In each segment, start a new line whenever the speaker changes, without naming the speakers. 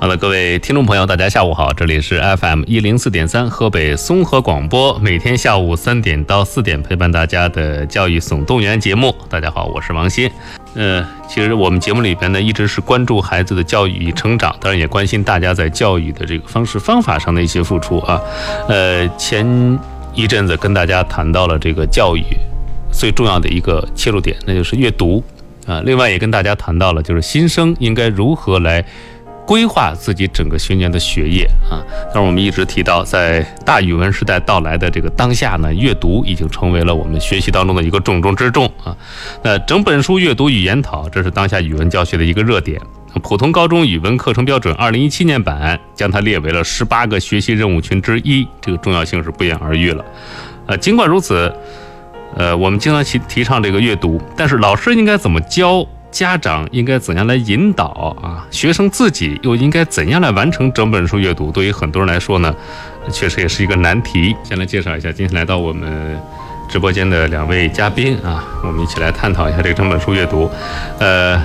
好的，各位听众朋友，大家下午好，这里是 FM 一零四点三河北综合广播，每天下午三点到四点陪伴大家的教育总动员节目。大家好，我是王鑫。呃，其实我们节目里边呢，一直是关注孩子的教育与成长，当然也关心大家在教育的这个方式方法上的一些付出啊。呃，前一阵子跟大家谈到了这个教育最重要的一个切入点，那就是阅读啊。另外也跟大家谈到了，就是新生应该如何来。规划自己整个学年的学业啊，但是我们一直提到，在大语文时代到来的这个当下呢，阅读已经成为了我们学习当中的一个重中之重啊。那整本书阅读与研讨，这是当下语文教学的一个热点。啊普通高中语文课程标准二零一七年版将它列为了十八个学习任务群之一，这个重要性是不言而喻了。呃，尽管如此，呃，我们经常提提倡这个阅读，但是老师应该怎么教？家长应该怎样来引导啊？学生自己又应该怎样来完成整本书阅读？对于很多人来说呢，确实也是一个难题。先来介绍一下今天来到我们直播间的两位嘉宾啊，我们一起来探讨一下这个整本书阅读。呃，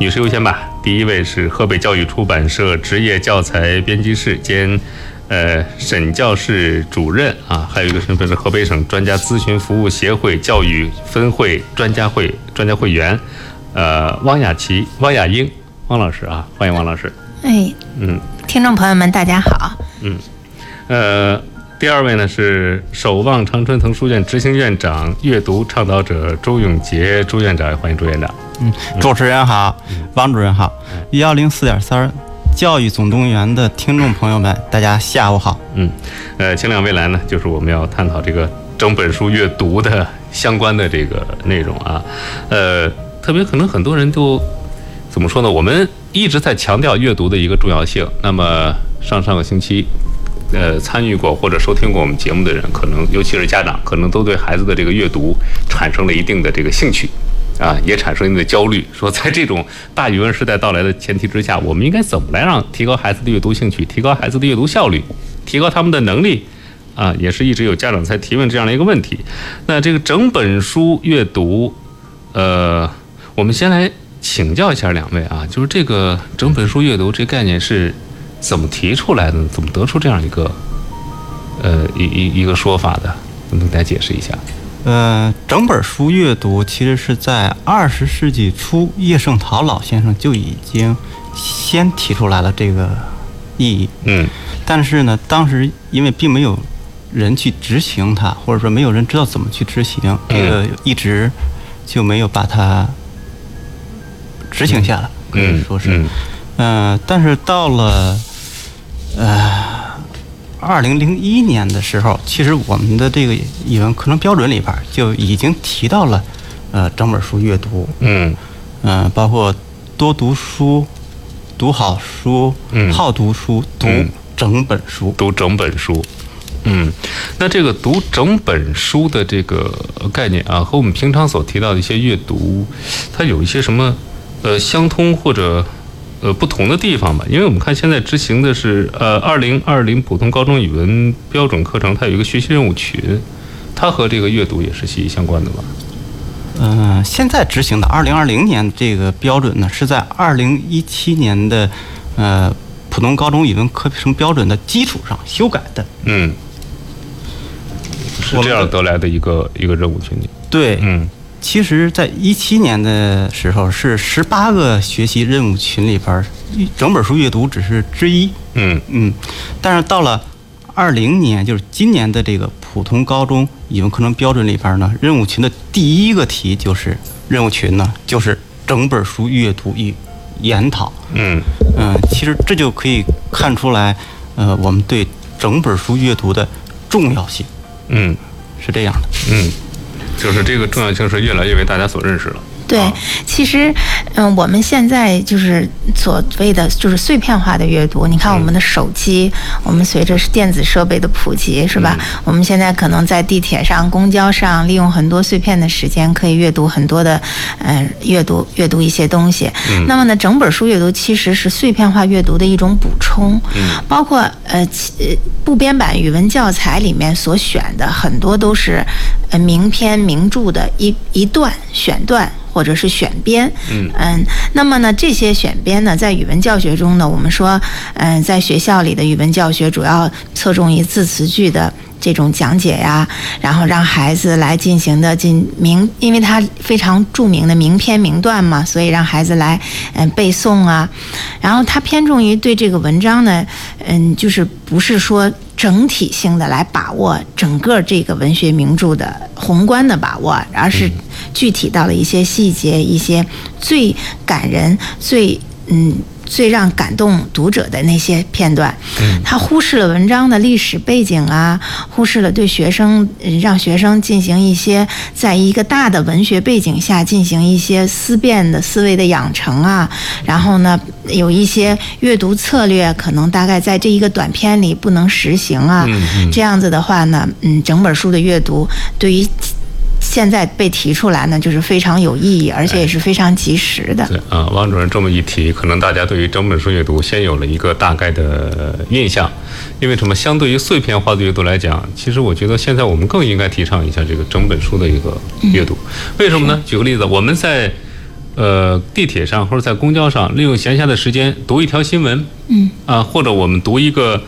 女士优先吧。第一位是河北教育出版社职业教材编辑室兼呃审教室主任啊，还有一个身份是河北省专家咨询服务协会教育分会专家会专家会员。呃，汪雅琪、汪雅英、汪老师啊，欢迎汪老师。
哎，
嗯，
听众朋友们，大家好。
呃，第二位呢是守望长春藤书院执行院长、阅读倡导者周永杰朱院长，欢迎朱院长。
主持人好，王主任好，幺零四点三教育总动员的听众朋友们，大家下午好。
呃，前两位来呢，就是我们要探讨这个整本书阅读的相关的这个内容啊。呃，特别可能很多人都怎么说呢？我们一直在强调阅读的一个重要性。那么上上个星期。呃，参与过或者收听过我们节目的人，可能尤其是家长，可能都对孩子的这个阅读产生了一定的这个兴趣，啊，也产生一定的焦虑。说在这种大语文时代到来的前提之下，我们应该怎么来让提高孩子的阅读兴趣，提高孩子的阅读效率，提高他们的能力？啊，也是一直有家长在提问这样的一个问题。那这个整本书阅读，呃，我们先来请教一下两位啊，就是这个整本书阅读这概念是怎么提出来的呢？怎么得出这样一个呃一一一个说法的？能不能给大家解释一下？
呃，整本书阅读其实是在二十世纪初，叶圣陶老先生就已经先提出来了这个意义，
嗯
但是呢，当时因为并没有人去执行它，或者说没有人知道怎么去执
嗯
行，这个一直就没有把它执行下来，可以
嗯，
说是。
嗯
嗯，但是到了呃二零零一年的时候，其实我们的这个语文课程标准里边儿就已经提到了呃整本书阅读，
嗯
嗯、包括多读书、读好书、
嗯
好读书、读
嗯
整本书。
读整本书。嗯，那这个读整本书的这个概念啊，和我们平常所提到的一些阅读，它有一些什么呃相通或者呃不同的地方吧？因为我们看现在执行的是呃二零二零普通高中语文标准课程，它有一个学习任务群，它和这个阅读也是息息相关的吧？
嗯、现在执行的二零二零年这个标准呢，是在二零一七年的呃普通高中语文课程标准的基础上修改的。
嗯，是
我们
这样
的
得来的一个一个任务群体。
对，
嗯
其实，在一七年的时候，是十八个学习任务群里边儿，一整本书阅读只是之一。
嗯
嗯，但是到了二零年，就是今年的这个普通高中语文课程标准里边儿呢，任务群的第一个题就是任务群呢，就是整本书阅读与研讨。
嗯
嗯、其实这就可以看出来，呃，我们对整本书阅读的重要性
嗯
是这样的。
嗯，就是这个重要性是越来越为大家所认识了。
对，
啊
其实，嗯，我们现在就是所谓的就是碎片化的阅读。你看，我们的手机，我们随着是电子设备的普及，是吧？我们现在可能在地铁上、公交上，利用很多碎片的时间，可以阅读很多的，嗯、阅读阅读一些东西。那么呢，整本书阅读其实是碎片化阅读的一种补充，包括呃其呃部编版语文教材里面所选的很多都是呃名篇名著的一一段选段。或或者是选编，嗯那么呢，这些选编呢，在语文教学中呢，我们说，嗯、在学校里的语文教学主要侧重于字词句的。这种讲解呀，然后让孩子来进行的进名，因为它非常著名的名篇名段嘛，所以让孩子来嗯、背诵啊。然后它偏重于对这个文章呢，嗯，就是不是说整体性的来把握整个这个文学名著的宏观的把握，而是具体到了一些细节，一些最感人、最嗯。最让感动读者的那些片段，他忽视了文章的历史背景啊，忽视了对学生嗯让学生进行一些在一个大的文学背景下进行一些思辨的思维的养成啊，然后呢，有一些阅读策略可能大概在这一个短片里不能实行啊，
嗯
这样子的话呢，嗯，整本书的阅读对于。现在被提出来呢，就是非常有意
哎
义，而且也是非常及时的。
对啊，汪主任这么一提，可能大家对于整本书阅读先有了一个大概的印象。因为什么？相对于碎片化的阅读来讲，其实我觉得现在我们更应该提倡一下这个整本书的一个阅读。为什么呢？举个例子，我们在呃地铁上或者在公交上，利用闲暇的时间读一条新闻，嗯啊，或者我们读一个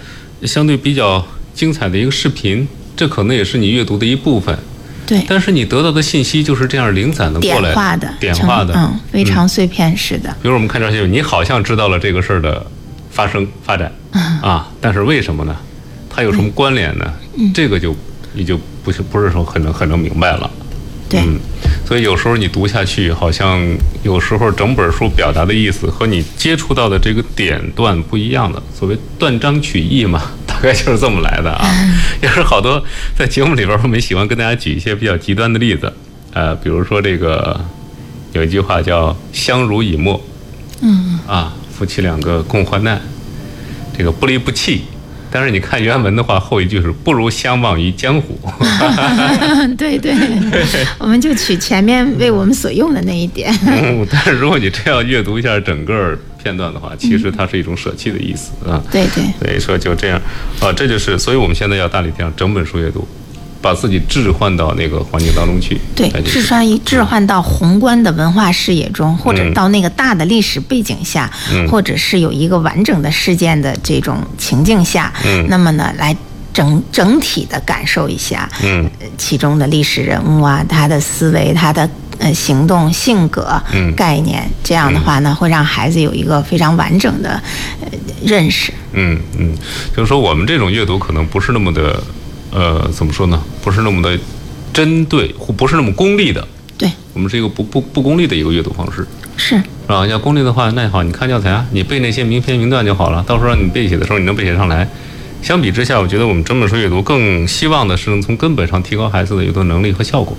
相对比较精彩的一个视频，这可能也是你阅读的一部分。
对，
但是你得到的信息就是这样零散的
点
过来，
化的，
点
成
化的，
嗯，非常碎片式的。
比如我们看这条新闻，你好像知道了这个事儿的发生发展
嗯
啊，但是为什么呢？它有什么关联呢？
嗯
这个就你就不是不是说很能很能明白了。
对，
嗯，所以有时候你读下去，好像有时候整本书表达的意思和你接触到的这个点段不一样的，所谓断章取义嘛， 大概就是这么来的啊。也是好多在节目里边，我们喜欢跟大家举一些比较极端的例子，呃，比如说这个有一句话叫“相濡以沫”，嗯啊，夫妻两个共患难，这个不离不弃。但是你看原文的话，后一句是“不如相忘于江湖”。
对对，我们就取前面为我们所用的那一点。
嗯， 但是如果你这样阅读一下整个片段的话，其实它是一种舍弃的意思啊。
对对，
所以说就这样，啊，这就是，所以我们现在要大力提倡整本书阅读，把自己置换到那个环境当中去。
对
哎，就是
置换一置换到宏观的文化视野中，或
嗯
者到那个大的历史背景下，或者是有一个完整的事件的这种情境下，
嗯
那么呢，来整整体的感受一下，
嗯
呃，其中的历史人物啊，他的思维，他的。呃，行动、性格、
嗯
概念，这样的话呢，会让孩子有一个非常完整的呃认识。
嗯嗯，就是说我们这种阅读可能不是那么的，呃，怎么说呢？不是那么的针对，或不是那么功利的。
对，
我们是一个不不不功利的一个阅读方式。
是，
啊，要功利的话，那好，你看教材啊，你背那些名篇名段就好了。到时候你背写的时候，你能背写上来。相比之下，我觉得我们整本书阅读更希望的是能从根本上提高孩子的阅读能力和效果。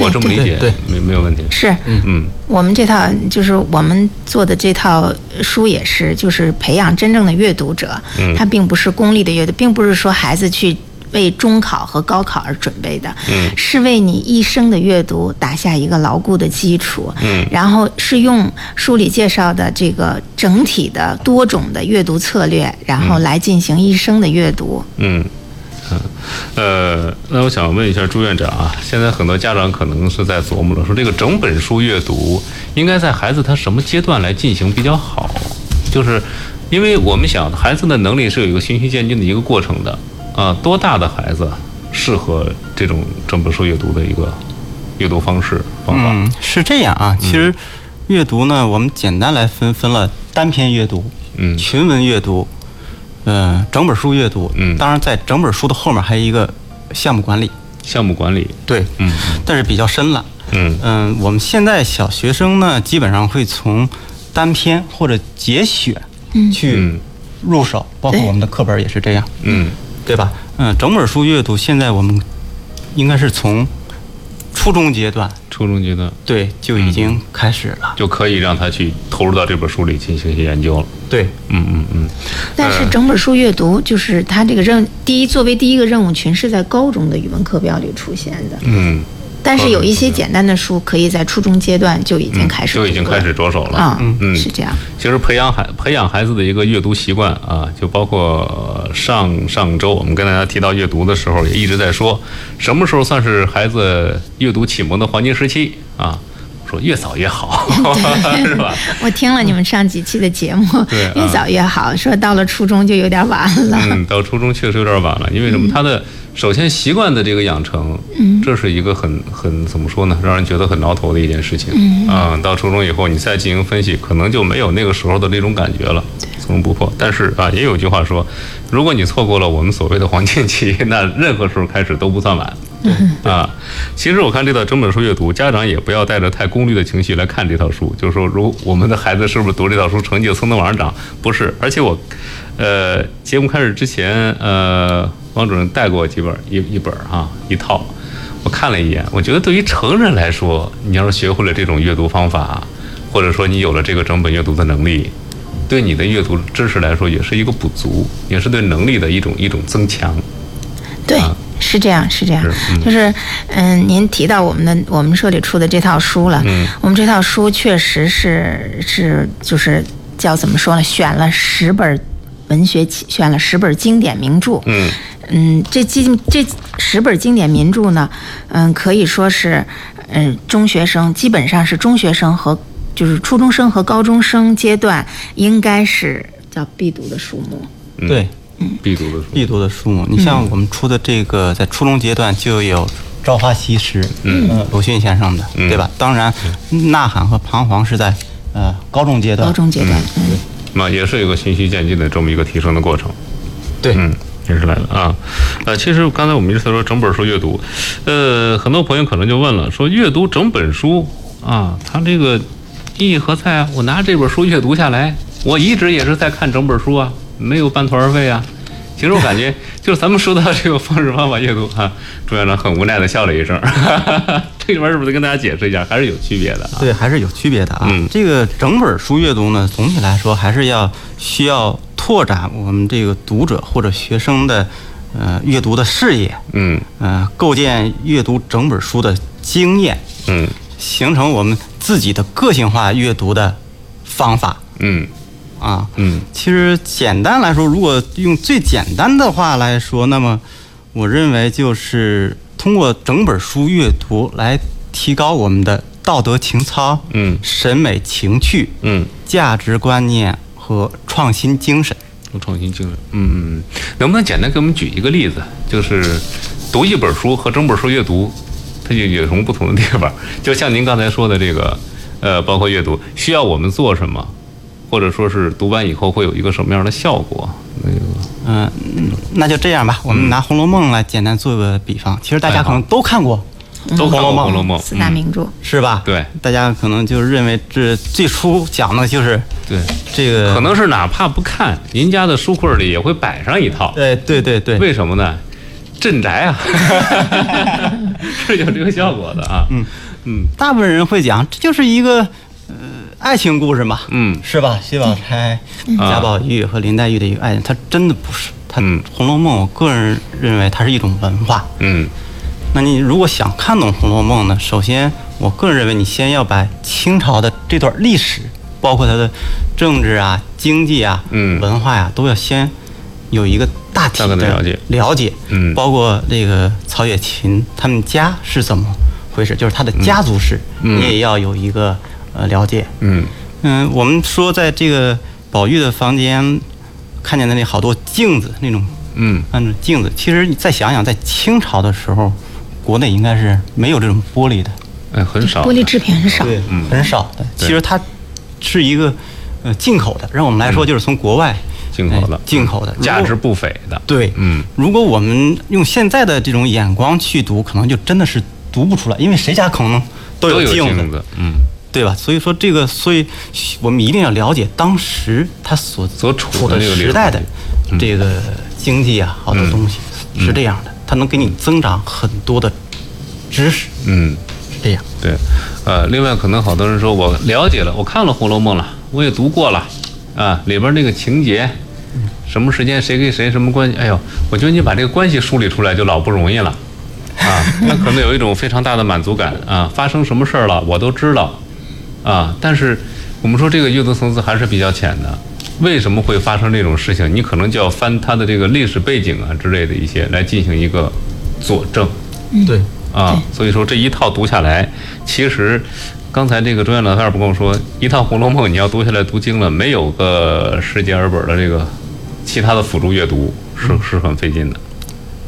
我这么理解，
对对
没没有问题。
是，
嗯，
我们这套就是我们做的这套书也是，就是培养真正的阅读者，
嗯
它并不是功利的阅读，并不是说孩子去。为中考和高考而准备的，
嗯
是为你一生的阅读打下一个牢固的基础，
嗯
然后是用书里介绍的这个整体的多种的阅读策略，然后来进行一生的阅读。
嗯，呃，那我想问一下朱院长啊，现在很多家长可能是在琢磨着说，这个整本书阅读应该在孩子他什么阶段来进行比较好？就是因为我们想，孩子的能力是有一个循序渐进的一个过程的啊，多大的孩子适合这种整本书阅读的一个阅读方式方法？
嗯，是这样啊。其实阅读呢，我们简单来分分了单篇阅读、
嗯
群文阅读，呃，整本书阅读。
嗯
当然在整本书的后面还有一个项目管理。
项目管理，
对，
嗯
但是比较深了。
嗯
嗯，我们现在小学生呢，基本上会从单篇或者节选去
嗯
入手，包括
对
我们的课本也是这样，
嗯
对吧？嗯，整本书阅读现在我们应该是从初中阶段
初中阶段
对就已经开始了。
就可以让他去投入到这本书里进行一些研究了。
对，
嗯嗯嗯，
但是整本书阅读，就是它这个任第一作为第一个任务群是在高中的语文课表里出现的，
嗯。
但是有一些简单的书可以在初中阶段就已经开始、
嗯就已经开始着手了。
啊，
嗯
是这样，
其实培养孩培养孩子的一个阅读习惯啊，就包括呃上上周我们跟大家提到阅读的时候，也一直在说，什么时候算是孩子阅读启蒙的黄金时期啊？说越早越好， 是吧？
我听了你们上几期的节目
对啊，
越早越好，说到了初中就有点晚了。
嗯，到初中确实有点晚了，因为什么？他的首先习惯的这个养成，这是一个很很怎么说呢，让人觉得很挠头的一件事情。啊，到初中以后，你再进行分析，可能就没有那个时候的那种感觉了，从容不迫。但是啊，也有一句话说，如果你错过了我们所谓的黄金期， 那任何时候开始都不算晚。 啊，其实我看这套整本书阅读，家长也不要带着太功利的情绪来看这套书，就是说，如我们的孩子是不是读这套书成绩就蹭蹭往上涨？不是，而且我，呃，节目开始之前，呃，王主任带过我几本儿，一一本儿哈、一套，我看了一眼，我觉得对于成人来说，你要是学会了这种阅读方法，或者说你有了这个整本阅读的能力，对你的阅读知识来说也是一个补足，也是对能力的一种一种增强。
对，是这样，是这样
啊是，嗯
就是嗯，您提到我们的我们社里出的这套书了，
嗯
我们这套书确实是是就是叫怎么说呢？选了十本文学起，选了十本经典名著，
嗯
嗯，这经这十本经典名著呢，嗯，可以说是，嗯，中学生基本上是中学生和就是初中生和高中生阶段应该是叫必读的书目。
嗯
对，
必读的书。
必读的书目。你像我们出的这个，在初中阶段就有《朝花夕拾》，嗯，鲁迅先生的，对吧？当然，《呐喊》和《彷徨》是在呃高中
啊
阶段，
高中阶段，嗯，
那也是有个循序渐进的这么一个提升的过程。
对，
嗯，也是来了啊。呃，其实刚才我们一直在说整本书阅读，呃，很多朋友可能就问了，说阅读整本书啊，它这个意义何在啊？我拿这本书阅读下来，我一直也是在看整本书啊，没有半途而废啊。其实我感觉，就是咱们说到这个方式方法阅读啊，朱院长很无奈的笑了一声。 这里边是不是得跟大家解释一下，还是有区别的啊？
对，还是有区别的啊。
嗯
这个整本书阅读呢，总体来说还是要需要拓展我们这个读者或者学生的呃阅读的视野，
嗯
呃，构建阅读整本书的经验，
嗯
形成我们自己的个性化阅读的方法
嗯
啊。
嗯
其实简单来说，如果用最简单的话来说，那么我认为就是通过整本书阅读来提高我们的道德情操、
嗯
审美情趣、
嗯，
价值观念和创新精神。
有创新精神。嗯，嗯，嗯，能不能简单给我们举一个例子？就是读一本书和整本书阅读，它有有什么不同的地方？ 就像您刚才说的这个，呃，包括阅读需要我们做什么，或者说是读完以后会有一个什么样的效果？那个，
嗯、那就这样吧，我们拿《红楼梦》来简单做个比方。其实大
哎
家
好
可能都看过，
都看过《
红
红楼
楼
梦》
嗯四大
嗯
名著，
是吧？
对
大家可能就认为这最初讲的就是
对，
这个，
可能是哪怕不看，您家的书柜里也会摆上一套。
对对对对，
为什么呢？镇宅啊， 是有这个效果的啊。嗯
大部分人会讲，这就是一个呃爱情故事嘛，嗯
嗯
是吧？薛宝钗、贾宝玉和林黛玉的一个爱情，它真的不是。它
嗯
《红楼梦》，我个人认为它是一种文化。
嗯
那你如果想看懂《红楼梦》呢，首先我个人认为你先要把清朝的这段历史，包括它的政治啊、经济啊、
嗯
文化呀、都要先有一个大体
大概
的
的了解
了解，
嗯
包括这个曹雪芹他们家是怎么回事，就是他的家族史，
嗯
你也要有一个呃了解。
嗯
嗯，我们说在这个宝玉的房间看见的那好多镜子，那种
嗯
按照镜子，其实你再想想，在清朝的时候，国内应该是没有这种玻璃的，
哎，很少的。
玻璃制品很少，
嗯
很少的。
对
其实它是一个呃进口的，让我们来说就是从国外
进口的嗯
哎进口的
价值
如果
不菲的。
对，
嗯，
如果我们用现在的这种眼光去读，可能就真的是读不出来，因为谁家可能都有
有
镜子，
镜子，嗯，
对吧？所以说这个，所以我们一定要了解当时他所
所处的
的
那个嗯历史
时代的这个经济啊，好多东西
嗯
是这样的，它能给你增长很多的知识，
嗯，
是这样。
对，呃，另外可能好多人说我了解了，我看了《红楼梦》了，我也读过了，啊，里边那个情节，什么时间谁跟谁什么关系，哎呦，我觉得你把这个关系梳理出来就老不容易了，啊，那可能有一种非常大的满足感啊，发生什么事儿了我都知道，啊，但是我们说这个阅读层次还是比较浅的。为什么会发生这种事情？你可能就要翻它的这个历史背景啊之类的一些来进行一个佐证。
对，
嗯
啊，所以说这一套读下来，其实刚才这个周院老师不跟我说，一套《红楼梦》你要读下来读精了，没有个十节二本的这个其他的辅助阅读是
嗯
是很费劲的。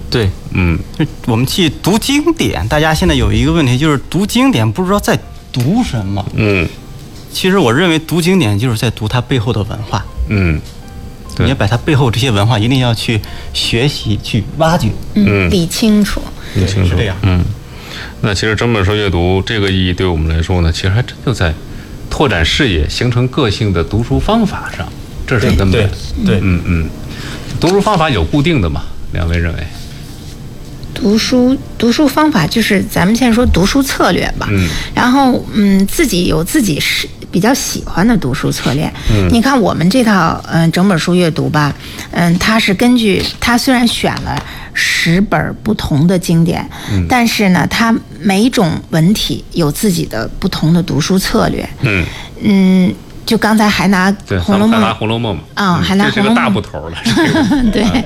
对，
嗯，
就我们去读经典，大家现在有一个问题就是读经典不知道在读什么。
嗯
其实我认为读经典就是在读它背后的文化，
嗯对
你要把它背后这些文化一定要去学习、去挖掘。
嗯，
理清楚。
你清楚
是这样
嗯，那其实整本书阅读这个意义对我们来说呢，其实还真就在拓展视野、形成个性的读书方法上，这是根本。
对，
嗯嗯，读书方法有固定的嘛？两位认为？
读书读书方法就是咱们现在说读书策略吧，
嗯
然后嗯自己有自己是比较喜欢的读书策略，嗯，你看我们这套嗯、整本书阅读吧，嗯，它是根据它虽然选了十本不同的经典，嗯、但是呢，它每种文体有自己的不同的读书策略，
嗯，
嗯，就刚才还拿
对，
《红
咱
楼
们还
梦》
拿《红楼梦》嘛？
啊
嗯
还拿
这是个
红楼
大
梦
部头儿了。这个
对，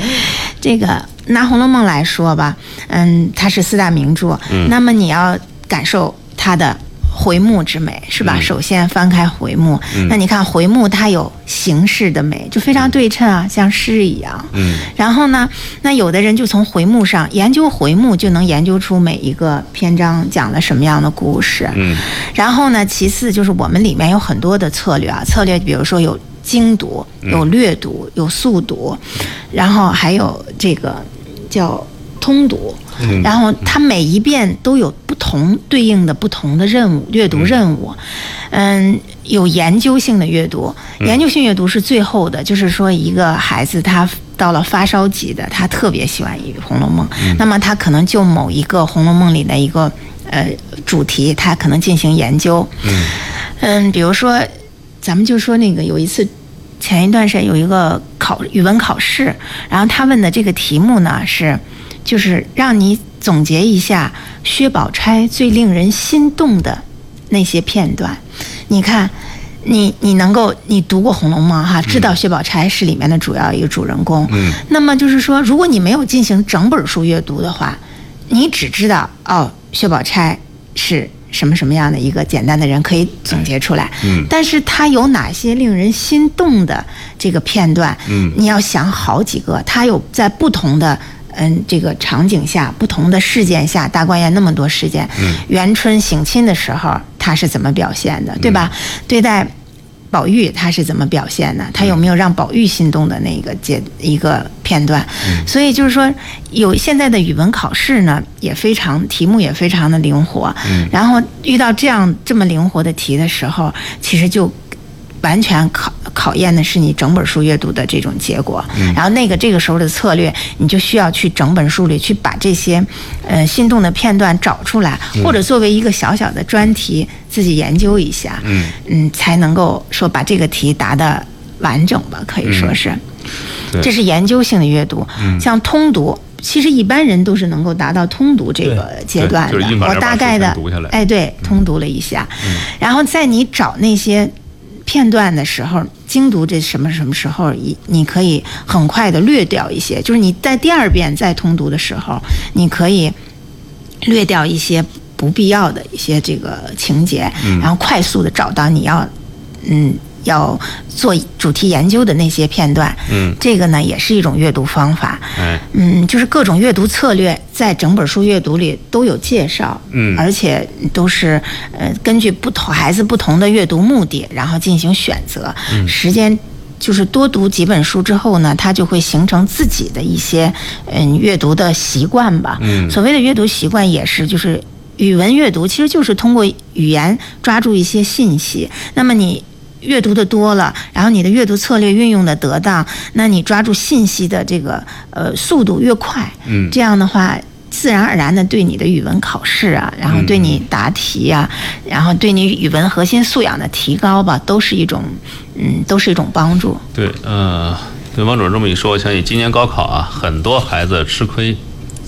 这个拿《红楼梦》来说吧，嗯，它是四大名著，那么你要感受它的。回目之美是吧？首先翻开回目，那你看回目它有形式的美，就非常对称啊，像诗一样。
嗯
然后呢，那有的人就从回目上研究回目，就能研究出每一个篇章讲了什么样的故事。
嗯
然后呢，其次就是我们里面有很多的策略啊，策略比如说有精读、有略读、有速读，然后还有这个叫通读。
嗯
然后它每一遍都有不同对应的不同的任务，阅读任务，嗯，有研究性的阅读，研究性阅读是最后的，就是说一个孩子他到了发烧级的，他特别喜欢《红楼梦》，那么他可能就某一个《红楼梦》里的一个呃主题，他可能进行研究，
嗯
嗯，比如说，咱们就说那个有一次，前一段时间有一个考语文考试，然后他问的这个题目呢是，就是让你总结一下薛宝钗最令人心动的那些片段。你看，你你能够你读过《红楼梦》哈，知道薛宝钗是里面的主要一个主人公。
嗯
那么就是说，如果你没有进行整本书阅读的话，你只知道哦，薛宝钗是什么什么样的一个简单的人，可以总结出来。
嗯
但是他有哪些令人心动的这个片段？
嗯
你要想好几个，他有在不同的。嗯，这个场景下，不同的事件下，大观园那么多事件，
嗯
元春省亲的时候，他是怎么表现的，对吧？
嗯
对待宝玉他是怎么表现的？他有没有让宝玉心动的那个阶一个片段？所以就是说，有现在的语文考试呢，也非常题目也非常的灵活。然后遇到这样这么灵活的题的时候，其实就完全考考验的是你整本书阅读的这种结果。然后那个这个时候的策略，你就需要去整本书里去把这些呃心动的片段找出来，或者作为一个小小的专题自己研究一下。
嗯
嗯，才能够说把这个题答的完整吧，可以说是，
嗯对嗯
这是研究性的阅读。像通读，其实一般人都是能够达到通读这个阶段的。
对就是一把
我
这把
大
书
概
全
的
读下来嗯
哎，对，通读了一下，然后在你找那些。片段的时候，精读这什么什么时候，你你可以很快的略掉一些，就是你在第二遍再通读的时候，你可以略掉一些不必要的一些这个情节，
嗯
然后快速的找到你要嗯要做主题研究的那些片段。
嗯，
这个呢也是一种阅读方法。
哎，
嗯，就是各种阅读策略在整本书阅读里都有介绍，
嗯
而且都是呃根据不同孩子不同的阅读目的，然后进行选择，
嗯
时间。就是多读几本书之后呢，他就会形成自己的一些嗯阅读的习惯吧。
嗯
所谓的阅读习惯也是就是语文阅读，其实就是通过语言抓住一些信息。那么你阅读的多了，然后你的阅读策略运用的得当，那你抓住信息的这个呃速度越快，
嗯
这样的话。自然而然的对你的语文考试啊，然后对你答题啊，然后对你语文核心素养的提高吧，都是一种，嗯，都是一种帮助。
对，呃，对王主任这么一说，我相信今年高考啊，很多孩子吃亏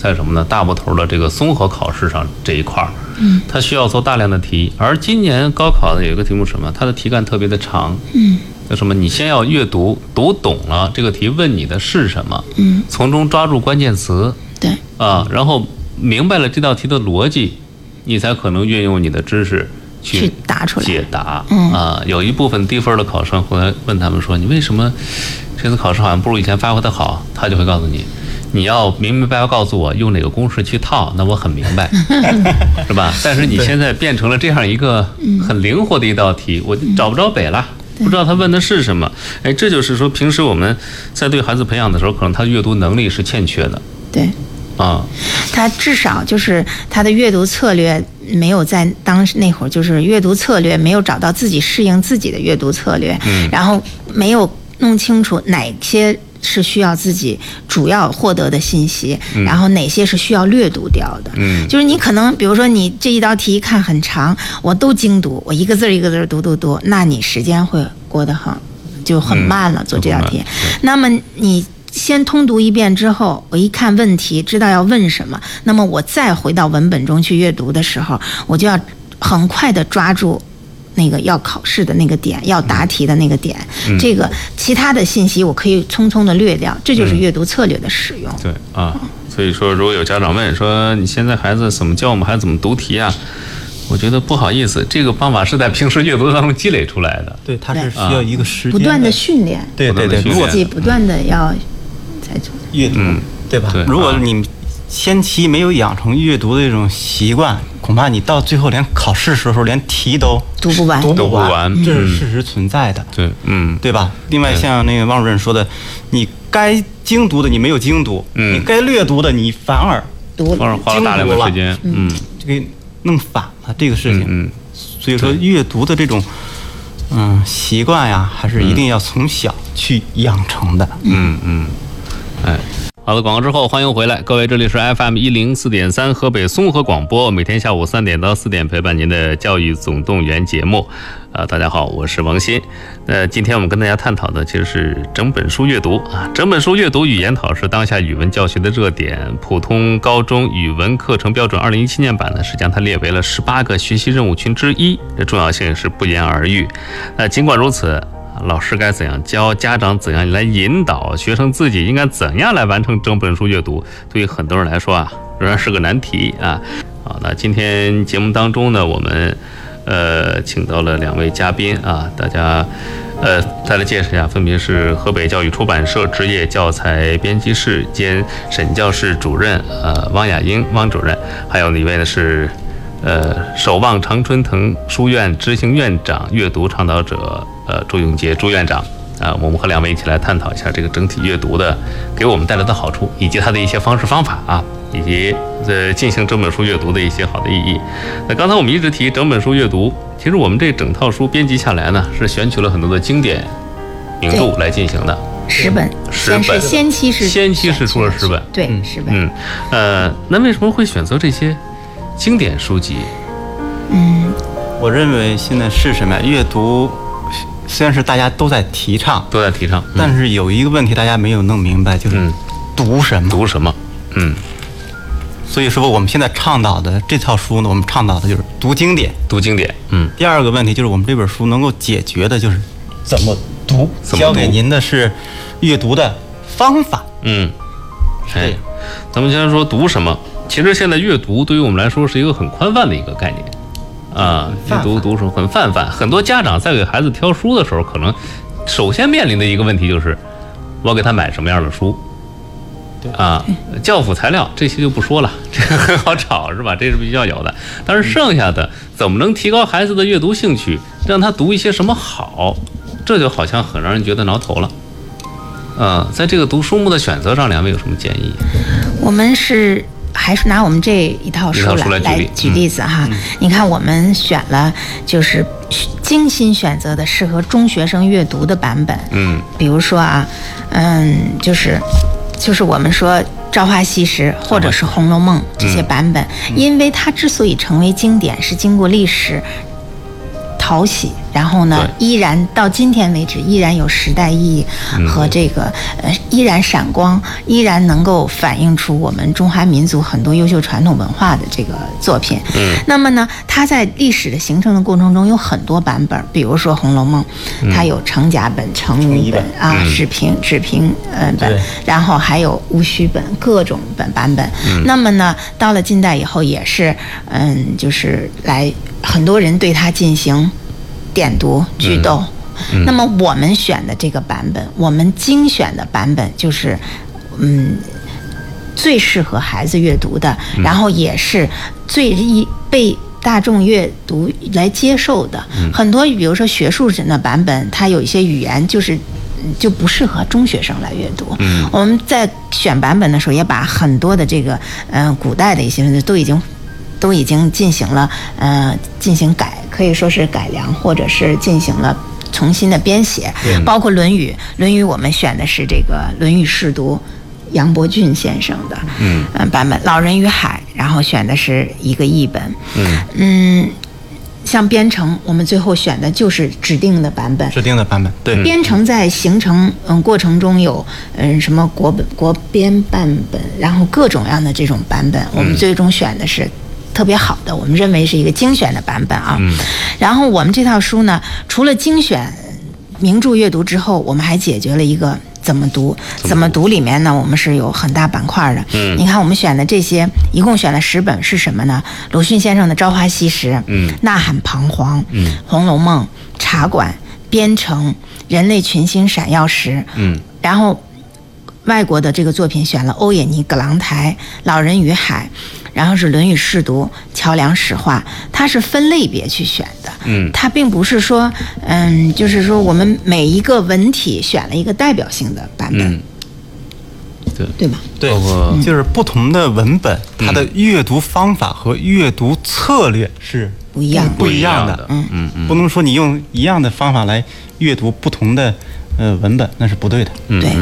在什么呢？大部头的这个综合考试上这一块儿，嗯，他需要做大量的题，而今年高考呢有一个题目是什么，它的题干特别的长，嗯，叫什么？你先要阅读，读懂了这个题问你的是什么，
嗯，
从中抓住关键词
对，
啊，然后明白了这道题的逻辑，你才可能运用你的知识。
去答出来。嗯
解答。啊，有一部分低分的考生回来问他们说：“你为什么这次考试好像不如以前发挥的好？”他就会告诉你。你要明明白白告诉我用哪个公式去套，那我很明 白，是吧？但是你现在变成了这样一个
嗯
很灵活的一道题，我找不着北了，不知道他问的是什么。哎，这就是说，平时我们在对孩子培养的时候，可能他阅读能力是欠缺的
对，
啊。
他至少就是他的阅读策略没有在当时那会儿，就是阅读策略没有找到自己适应自己的阅读策略，然后没有弄清楚哪些。是需要自己主要获得的信息，然后哪些是需要略读掉的。
嗯
就是你可能，比如说你这一道题一看很长，我都精读，我一个字儿一个字儿读读读，那你时间会过得很就很慢了、
嗯
做这道题
会。
那么你先通读一遍之后，我一看问题，知道要问什么，那么我再回到文本中去阅读的时候，我就要很快的抓住。那个要考试的那个点，要答题的那个点，这个其他的信息我可以匆匆的略掉，这就是阅读策略的使用。
对啊，所以说，如果有家长问说你现在孩子怎么教我们孩子怎么读题啊，我觉得不好意思，这个方法是在平时阅读当中积累出来的。
对，它是需要一个时间
不断的训练，
对对对，
不断地训练嗯
如
自
果
己不断的要在做。
阅读，对吧
对
如果
啊
你先期没有养成阅读的这种习惯，恐怕你到最后连考试时候连题都
读不完
读
读
不
不完
完，这
嗯
是事实存在的。
对，嗯，
对吧？另外，像那个汪主任说的，你该精读的你没有精读，
嗯
你该略读的你反而
读
花了花了大量的时间，嗯
就给弄反了这个事情。
嗯
所以说，阅读的这种嗯习惯呀，还是一定要从小去养成的。
嗯嗯，哎。好的，广告之后欢迎回来，各位，这里是 FM 一零四点三河北综合广播，每天下午三点到四点陪伴您的教育总动员节目。呃，大家好，我是王鑫。呃，今天我们跟大家探讨的其实是整本书阅读啊，整本书阅读与研讨是当下语文教学的热点。普通高中语文课程标准二零一七年版呢，是将它列为了十八个学习任务群之一，这重要性是不言而喻。那尽管如此，老师该怎样教，家长怎样来引导，学生自己应该怎样来完成整本书阅读，对于很多人来说啊，仍然是个难题啊。好，那今天节目当中呢，我们呃请到了两位嘉宾啊，大家呃再来介绍一下，分别是河北教育出版社职业教材编辑室兼审教室主任呃汪雅英汪主任，还有一位呢是呃，守望常春藤书院执行院长、阅读倡导者，呃，朱永杰朱院长。啊、我们和两位一起来探讨一下这个整体阅读的给我们带来的好处，以及它的一些方式方法啊，以及呃进行整本书阅读的一些好的意义。那刚才我们一直提整本书阅读，其实我们这整套书编辑下来呢，是选取了很多的经典名著来进行的。
十本，
十
先
本
是先期是
先期是出了十本
对，十本。
嗯，呃，那为什么会选择这些经典书籍？
嗯，
我认为现在是什么呀？阅读虽然是大家都在提倡，
都在提倡，嗯、
但是有一个问题大家没有弄明白，就是
嗯
读什么。
读什么？嗯。
所以说，我们现在倡导的这套书呢，我们倡导的就是读经典。
读经典，嗯，
第二个问题就是我们这本书能够解决的就是怎么读，
怎么读
教给您的是阅读的方法。
嗯，
是这
哎
样，
咱们先说读什么？其实现在阅读对于我们来说是一个很宽泛的一个概念啊，阅
泛泛
读读什么很泛泛。很多家长在给孩子挑书的时候，可能首先面临的一个问题就是，我给他买什么样的书？啊，教辅材料这些就不说了，这个很好找是吧？这是比较有的。但是剩下的怎么能提高孩子的阅读兴趣，让他读一些什么好，这就好像很让人觉得挠头了。嗯，在这个读书目的选择上，两位有什么建议？
我们是还是拿我们这一套书
一套书来
来
举例嗯
举例子哈。你看，我们选了就是精心选择的适合中学生阅读的版本。
嗯
比如说啊，嗯，就是就是我们说《朝花夕拾》或
嗯
者是《红楼梦》这些版本，因为它之所以成为经典，是经过历史淘洗，然后呢，依然到今天为止，依然有时代意义和这个、呃，依然闪光，依然能够反映出我们中华民族很多优秀传统文化的这个作品。嗯，那么呢，它在历史的形成的过程中有很多版本，比如说《红楼梦》，它有程甲本、程
乙
乙
本
本啊，史评史评呃本
对，
然后还有戊戌本各种本版本。那么呢，到了近代以后也是，嗯，就是来很多人对它进行点读、句读。那么我们选的这个版本，我们精选的版本就是，嗯，最适合孩子阅读的，然后也是最易被大众阅读来接受的。很多比如说学术人的版本，它有一些语言就是嗯就不适合中学生来阅读。我们在选版本的时候，也把很多的这个嗯、呃古代的一些都已经都已经进行了呃进行改，可以说是改良，或者是进行了。重新的编写，包括《论语》，《论语》我们选的是这个《论语释读》，杨伯峻先生的嗯、呃版本，《老人与海》，然后选的是一个译本。嗯像编程，我们最后选的就是指定的版本。
制定的版本，嗯对，
编程在形成嗯过程中有嗯什么国本国编版本，然后各种各样的这种版本，我们最终选的是特别好的，我们认为是一个精选的版本啊。然后我们这套书呢，除了精选名著阅读之后，我们还解决了一个。怎么读？怎么读里面呢？我们是有很大板块的。嗯，你看我们选的这些，一共选了十本是什么呢？鲁迅先生的《朝花夕拾》，嗯，《呐喊彷徨》，嗯，《红楼梦》，茶馆，编程，人类群星闪耀时，嗯，然后外国的这个作品选了欧也妮《葛朗台》《老人与海》，然后是《论语释读》《桥梁史话》，它是分类别去选的。嗯，它并不是说，嗯，就是说我们每一个文体选了一个代表性的版本，
嗯，对，哦嗯
对吧？
对
包括，
就是不同的文本，它的阅读方法和阅读策略是
不一样的
不一样
不一样的
的。嗯嗯，不能说你用一样的方法来阅读不同的呃文本，那是不对的。
对，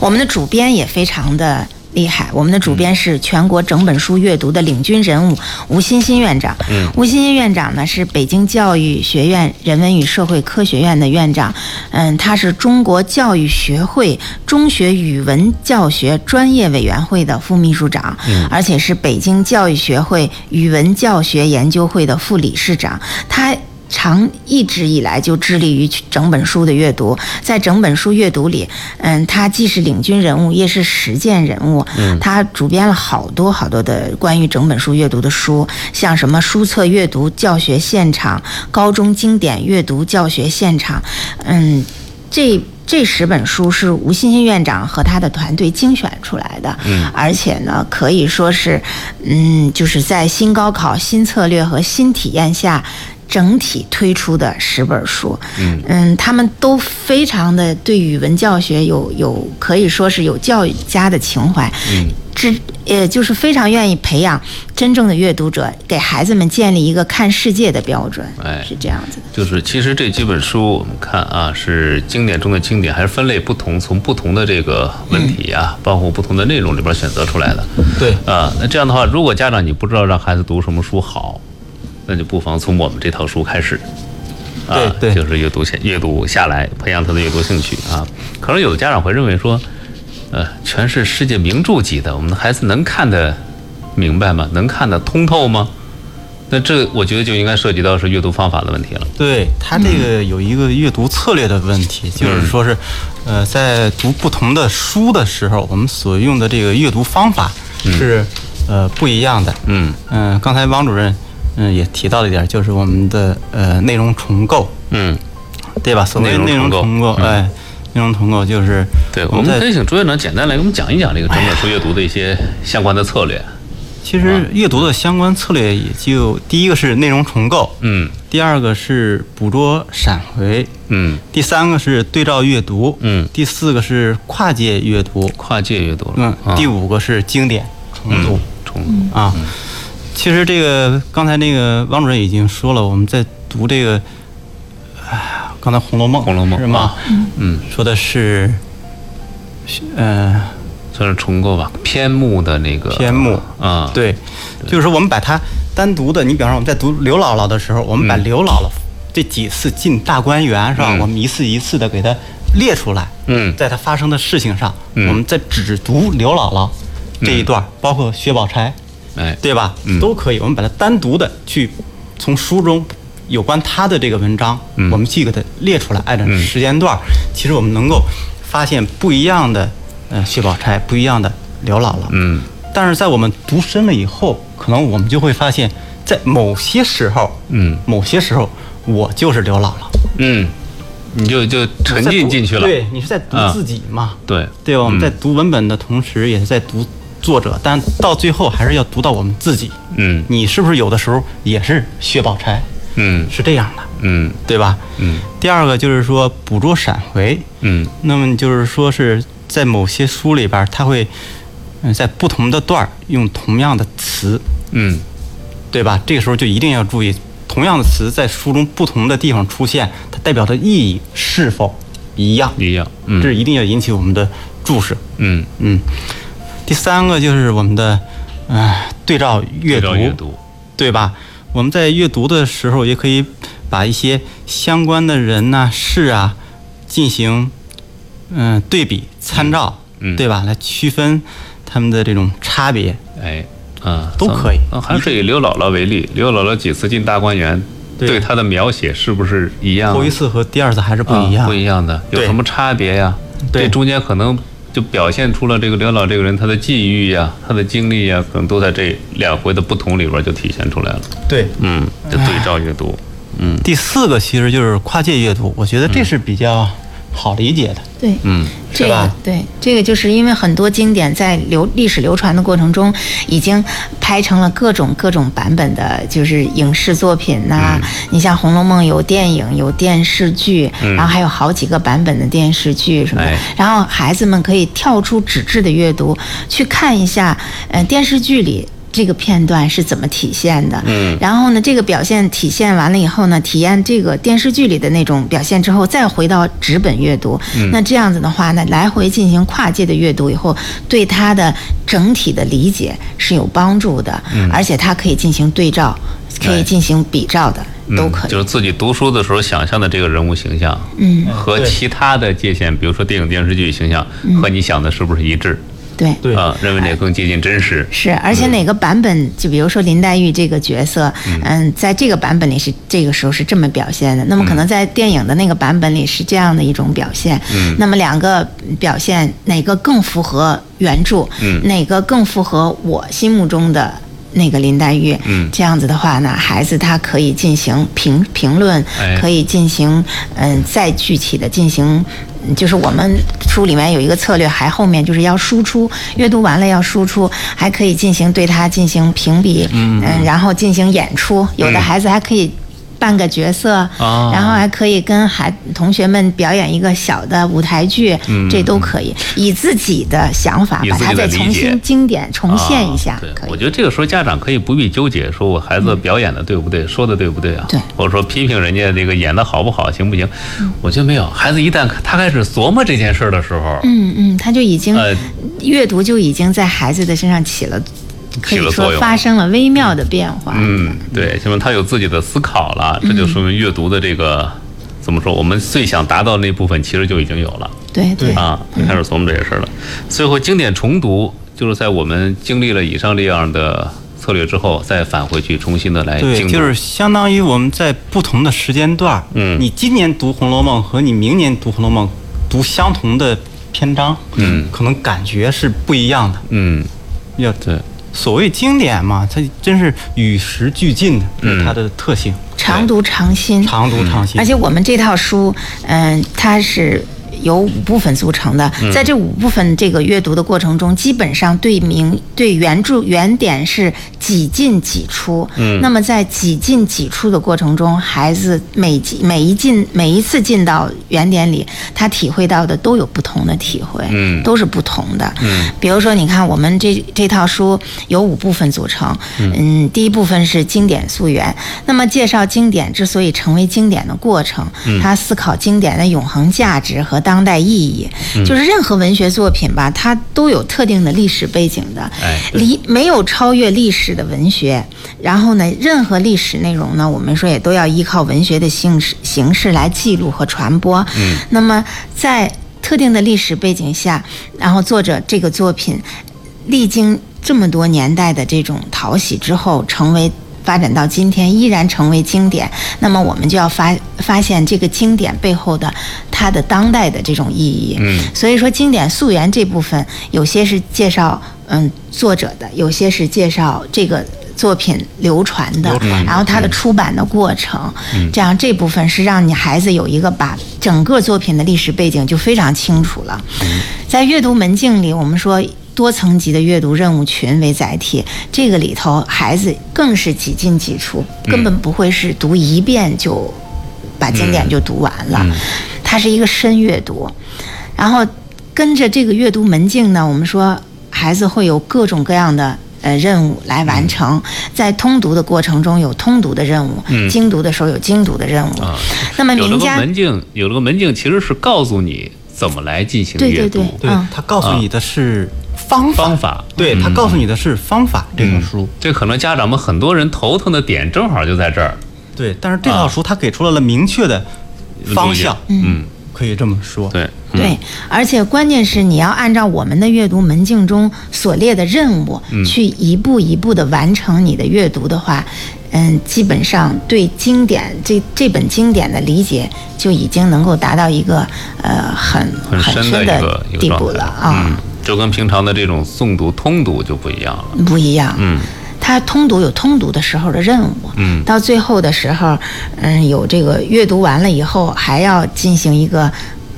我们的主编也非常的厉害，我们的主编是全国整本书阅读的领军人物吴欣欣院长。吴欣欣院长呢是北京教育学院人文与社会科学院的院长，嗯，他是中国教育学会中学语文教学专业委员会的副秘书长，而且是北京教育学会语文教学研究会的副理事长。他长一直以来就致力于整本书的阅读，在整本书阅读里，嗯，他既是领军人物，也是实践人物。嗯，他主编了好多好多的关于整本书阅读的书，像什么书册阅读教学现场、高中经典阅读教学现场，嗯，这。这十本书是吴欣欣院长和他的团队精选出来的，而且呢，可以说是，嗯，就是在新高考、新策略和新体验下，整体推出的十本书，嗯他们都非常的对语文教学有有可以说是有教育家的情怀，嗯，这也就是非常愿意培养真正的阅读者，给孩子们建立一个看世界的标准，
哎
是这样子的。
就是其实这几本书我们看啊，是经典中的经典，还是分类不同，从不同的这个
嗯
问题啊，包括不同的内容里边选择出来的。
对
啊，那这样的话，如果家长你不知道让孩子读什么书好，那就不妨从我们这套书开始。啊
对对
就是阅读下阅读下来，培养他的阅读兴趣啊。可能有的家长会认为说，呃，全是世界名著级的，我们的孩子能看得明白吗？能看得通透吗？那这我觉得就应该涉及到是阅读方法的问题了。
对他这个有一个阅读策略的问题，就是说是，呃，在读不同的书的时候，我们所用的这个阅读方法是、呃不一样的。
嗯
嗯、刚才王主任嗯、也提到了一点，就是我们的呃内容重构，
嗯，
对吧？所谓
内
内
容重
容
构
重构，哎，内容重构就是
对，我
我们
们
在哎
可以请朱院长简单来给我们讲一讲这个整本书阅读的一些相关的策略。
其实阅读的相关策略也就第一个是内容重构，
嗯
第二个是捕捉闪回，
嗯，
第三个是对照阅读，
嗯
第四个是跨界阅读，
跨界阅读了。
嗯，
啊嗯
第五个是经典重读、
重
啊。其实这个刚才那个王主任已经说了，我们在读这个，啊刚才《红楼梦》
红楼梦
是吗
啊？
嗯，说的是，呃，
算是重构吧，篇目的那个
篇目
啊，，
对，就是说我们把它单独的，你比方说我们在读刘姥姥的时候，我们把
嗯
刘姥姥这几次进大观园是吧？
嗯
我们一次一次的给它列出来，
嗯
在它发生的事情上，
嗯
我们在只读刘姥姥这一段，包括薛宝钗，
哎，
对吧？
嗯
都可以，我们把它单独的去从书中。有关他的这个文章，
嗯
我们去给它列出来，按照时间段儿，其实我们能够发现不一样的，呃，薛宝钗，不一样的刘姥姥。
嗯
但是在我们读深了以后，可能我们就会发现，在某些时候，
嗯
某些时候我就是刘姥姥，
嗯，你就就沉
在
浸
读
进去了，
对，你是在读
啊
自己嘛？
对
对吧？我们
嗯
在读文本的同时，也是在读作者，但到最后还是要读到我们自己。
嗯
你是不是有的时候也是薛宝钗？
嗯
是这样的，
嗯
对吧？
嗯。
第二个就是说捕捉闪回，
嗯
那么就是说是在某些书里边儿，它会嗯在不同的段儿用同样的词，
嗯
对吧？这个时候就一定要注意，同样的词在书中不同的地方出现，它代表的意义是否一样？
一样，
这
嗯
一定要引起我们的注视。
嗯，
嗯，第三个就是我们的，呃，对照
对
阅读，
照阅读，
对吧？我们在阅读的时候，也可以把一些相关的人呐、事啊进行嗯、对比参照，
嗯嗯
对吧？来区分他们的这种差别。
哎，啊，
都
咱们
可以
啊，还是以刘姥姥为例，刘姥姥几次进大观园，
对
对她的描写是不是一样？
头一次和第二次还是不一
啊
样，
不一样的，有
对
什么差别呀？
对
这中间可能就表现出了这个刘姥这个人她的际遇呀、她的经历呀，可能都在这两回的不同里边就体现出来了。
对。
嗯，这对照阅读，嗯
第四个其实就是跨界阅读，我觉得这是比较好理解的。
对，
嗯
这
是
个
吧
对，这个就是因为很多经典在流历史流传的过程中，已经拍成了各种各种版本的，就是影视作品呐、你像《红楼梦》有电影，有电视剧，然后还有好几个版本的电视剧什么的。
哎
然后孩子们可以跳出纸质的阅读，去看一下，呃，电视剧里。这个片段是怎么体现的？
嗯
然后呢，这个表现体现完了以后呢，体验这个电视剧里的那种表现之后，再回到纸本阅读。
嗯
那这样子的话呢，来回进行跨界的阅读以后，对它的整体的理解是有帮助的，
嗯
而且它可以进行对照，可以进行比照的，
哎嗯，
都可以。
就是自己读书的时候想象的这个人物形象，
嗯，
和
对
其他的界限，比如说电影、电视剧形象，
嗯
和你想的是不是一致？
对。
对
啊，认为哪个更接近真实？
是，而且哪个版本，就比如说林黛玉这个角色，嗯，在这个版本里是这个时候是这么表现的，那么可
嗯
能在电影的那个版本里是这样的一种表现。嗯，那么两个表现哪个更符合原著？
嗯
哪个更符合我心目中的？那个林黛玉，
嗯
这样子的话呢，孩子他可以进行评评论，
哎
可以进行嗯再具体的进行，嗯就是我们书里面有一个策略，还后面就是要输出，阅读完了要输出，还可以进行对它进行评比，嗯然后进行演出，有
嗯
的孩子还可以。扮个角色，
哦
然后还可以跟孩同学们表演一个小的舞台剧，这都可以，以自己的想法
嗯以
把
自己
它
的理
再重
解
新经典重现一下
啊，对
可以。嗯
我觉得这个时候家长可以不必纠结，说我孩子表演的对不对，说的对不对啊？
对嗯
或者说批评人家这个演的好不好，行不行？我觉得没有，孩子一旦他开始琢磨这件事儿的时候，
嗯嗯，他就已经、
呃
阅读就已经在孩子的身上起了，可
起了
以
作
说
用
发生了微妙的变化。
嗯，对，说明他有自己的思考了，这
嗯
就说明阅读的这个。怎么说？我们最想达到的那部分，其实就已经有了
对对嗯
啊！他开始琢磨这些事儿了。最后，经典重读就是在我们经历了以上这样的策略之后，再返回去重新的来
对，
精读。
就是相当于我们在不同的时间段儿，
嗯
你今年读《红楼梦》和你明年读《红楼梦》，读相同的篇章，
嗯
可能感觉是不一样的。
嗯，
要
对。
所谓经典嘛，它真是与时俱进的，这
嗯
是它的特性，
常读常新。
常读常新。
而且我们这套书，嗯、它是。由五部分组成的，
嗯
在这五部分这个阅读的过程中，基本上对明对原著原点是几进几出。嗯，那么在几进几出的过程中，孩子每进每一进每一次进到原点里，他体会到的都有不同的体会，
嗯
都是不同的。嗯，比如说，你看我们这这套书有五部分组成，嗯，第一部分是经典溯源，那么介绍经典之所以成为经典的过程，他思考经典的永恒价值和当代意义。就是任何文学作品吧，它都有特定的历史背景的，
哎
呃
离没有超越历史的文学。然后呢，任何历史内容呢，我们说也都要依靠文学的形式形式来记录和传播。嗯，那么在特定的历史背景下，然后作者这个作品历经这么多年代的这种淘洗之后，成为发展到今天依然成为经典，那么我们就要发发现这个经典背后的它的当代的这种意义。
嗯，
所以说经典溯源这部分，有些是介绍嗯作者的，有些是介绍这个。作品流传的
流，传
然后它的出版的过程，这样这部分是让你孩子有一个把整个作品的历史背景就非常清楚了。在阅读门径里，我们说。多层级的阅读任务群为载体，这个里头孩子更是几进几出，
嗯
根本不会是读一遍就把经典就读完了，
嗯
它是一个深阅读。然后跟着这个阅读门径呢，我们说孩子会有各种各样的。呃，任务来完
嗯
成，在通读的过程中有通读的任务，精读的时候有精读的任务。
啊
那么
有了
名
个
家
门径，有了个门径，其实是告诉你怎么来进行
对
阅
对
读
对
对
嗯，
他告诉你的是方法，
啊方法。嗯
对他告诉你的是方法这本书。
这可能家长们很多人头疼的点正好就在这儿。
对，但是这
啊
套书它给出了明确的方向，
嗯，
可以这么说。
对，嗯
对，而且关键是你要按照我们的阅读门径中所列的任务，
嗯
去一步一步的完成你的阅读的话，嗯，基本上对经典这这本经典的理解就已经能够达到一个呃很
很深
深
的一个一个
地步
状态
了啊
嗯，，就跟平常的这种诵读、通读就不一样了。
不一样。
嗯，
它通读有通读的时候的任务，
嗯
到最后的时候，嗯，有这个阅读完了以后，还要进行一个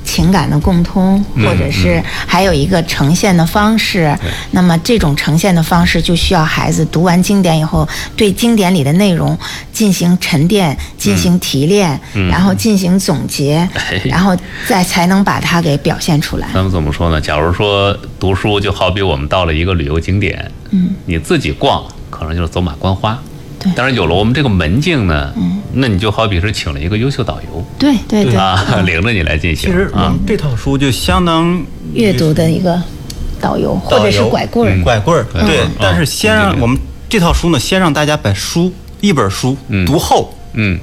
情感的共通，或者是还有一个呈现的方式。那么这种呈现的方式，就需要孩子读完经典以后，对经典里的内容进行沉淀、进行提炼，然后进行总结，然后再才能把它给表现出来。
咱们怎么说 呢？假如说读书就好比我们到了一个旅游景点，嗯，你自己逛可能就是走马观花，
对
但是有了我们这个门径呢，嗯，那你就好比是请了一个优秀导游
对对对，
啊， 领着你来进
其
行
实我
啊
们，这套书就相当于
阅读的一个导游或者是拐棍儿。
拐棍儿。
嗯
对
嗯，
但是先
嗯
让我们这套书呢，先让大家把书一本书
嗯
读厚，
嗯，